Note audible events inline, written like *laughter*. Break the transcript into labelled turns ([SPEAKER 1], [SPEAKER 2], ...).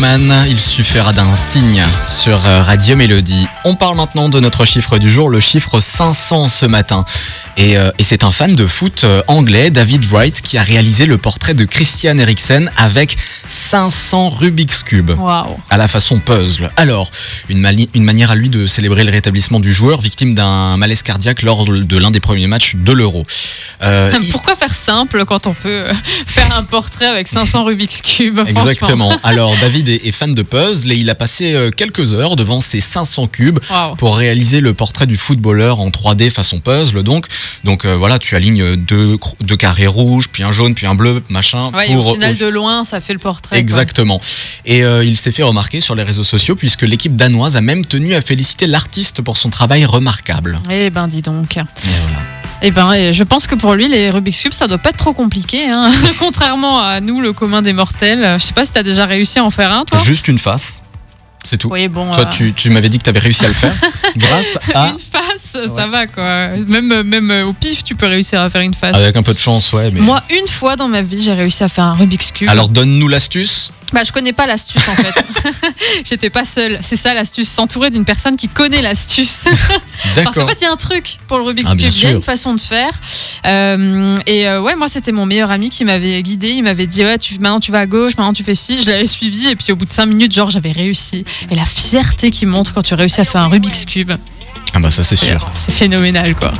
[SPEAKER 1] Schumann. Il suffira d'un signe sur euh, Radio Mélodie. On parle maintenant de notre chiffre du jour, le chiffre 500 ce matin. Et, euh, et c'est un fan de foot euh, anglais, David Wright, qui a réalisé le portrait de Christian Eriksen avec 500 Rubik's Cube
[SPEAKER 2] Waouh.
[SPEAKER 1] à la façon puzzle. Alors, une, mali- une manière à lui de célébrer le rétablissement du joueur victime d'un malaise cardiaque lors de l'un des premiers matchs de l'Euro.
[SPEAKER 2] *laughs*
[SPEAKER 1] Euh, il-
[SPEAKER 2] Pourquoi faire simple quand on peut *laughs* euh, faire un portrait avec 500 Rubik's Cube franchement
[SPEAKER 1] Exactement. Alors, David est, est fan de puzzle et il a passé euh, quelques heures devant ses 500 cubes
[SPEAKER 2] Waouh.
[SPEAKER 1] pour réaliser le portrait du footballeur en 3D façon puzzle. Donc, donc euh, voilà, tu alignes deux, cro- deux carrés rouges, puis un jaune, puis un bleu, machin.
[SPEAKER 2] Ouais, et
[SPEAKER 1] pour,
[SPEAKER 2] au final,
[SPEAKER 1] au-
[SPEAKER 2] de loin, ça fait le portrait. quoi.
[SPEAKER 1] Exactement. Et euh, il s'est fait remarquer sur les réseaux sociaux puisque l'équipe danoise a même tenu à féliciter l'artiste pour son travail remarquable.
[SPEAKER 2] Eh ben, dis donc.
[SPEAKER 1] Et voilà.
[SPEAKER 2] Eh ben, et je pense que pour lui, les Rubik's Cube, ça doit pas être trop compliqué. hein. *laughs* Contrairement à nous, le commun des mortels. Euh, Je sais pas si t'as déjà réussi à en faire un, toi.
[SPEAKER 1] Juste une face, c'est tout.
[SPEAKER 2] Oh. Oui, bon.
[SPEAKER 1] Toi,
[SPEAKER 2] euh,
[SPEAKER 1] tu, Ah. tu m'avais dit que tu avais réussi à le faire grâce à.
[SPEAKER 2] *laughs* Une face, ça va quoi. Même, même euh, au pif, tu peux réussir à faire une face.
[SPEAKER 1] Avec un peu de chance, Ah ouais. Mais...
[SPEAKER 2] Moi, une fois dans ma vie, j'ai réussi à faire un Rubik's Cube.
[SPEAKER 1] Alors donne-nous l'astuce.
[SPEAKER 2] Bah, je connais pas l'astuce en fait. *laughs* J'étais pas seule. C'est ça l'astuce, s'entourer d'une personne qui connaît l'astuce. *laughs* Parce qu'en
[SPEAKER 1] D'accord.
[SPEAKER 2] fait, il y a un truc pour le Rubik's
[SPEAKER 1] Ah,
[SPEAKER 2] Cube.
[SPEAKER 1] bien
[SPEAKER 2] Il y a
[SPEAKER 1] sûr.
[SPEAKER 2] une façon de faire. Euh, et euh, ouais, moi, c'était mon meilleur ami qui m'avait guidé. Il m'avait dit Ouais, tu, maintenant tu vas à gauche, maintenant tu fais ci. Je l'avais suivi. Et puis au bout de 5 minutes, genre, j'avais réussi. Et la fierté qui monte quand tu réussis à faire un Rubik's Cube,
[SPEAKER 1] Ah bah ça c'est sûr.
[SPEAKER 2] c'est phénoménal quoi.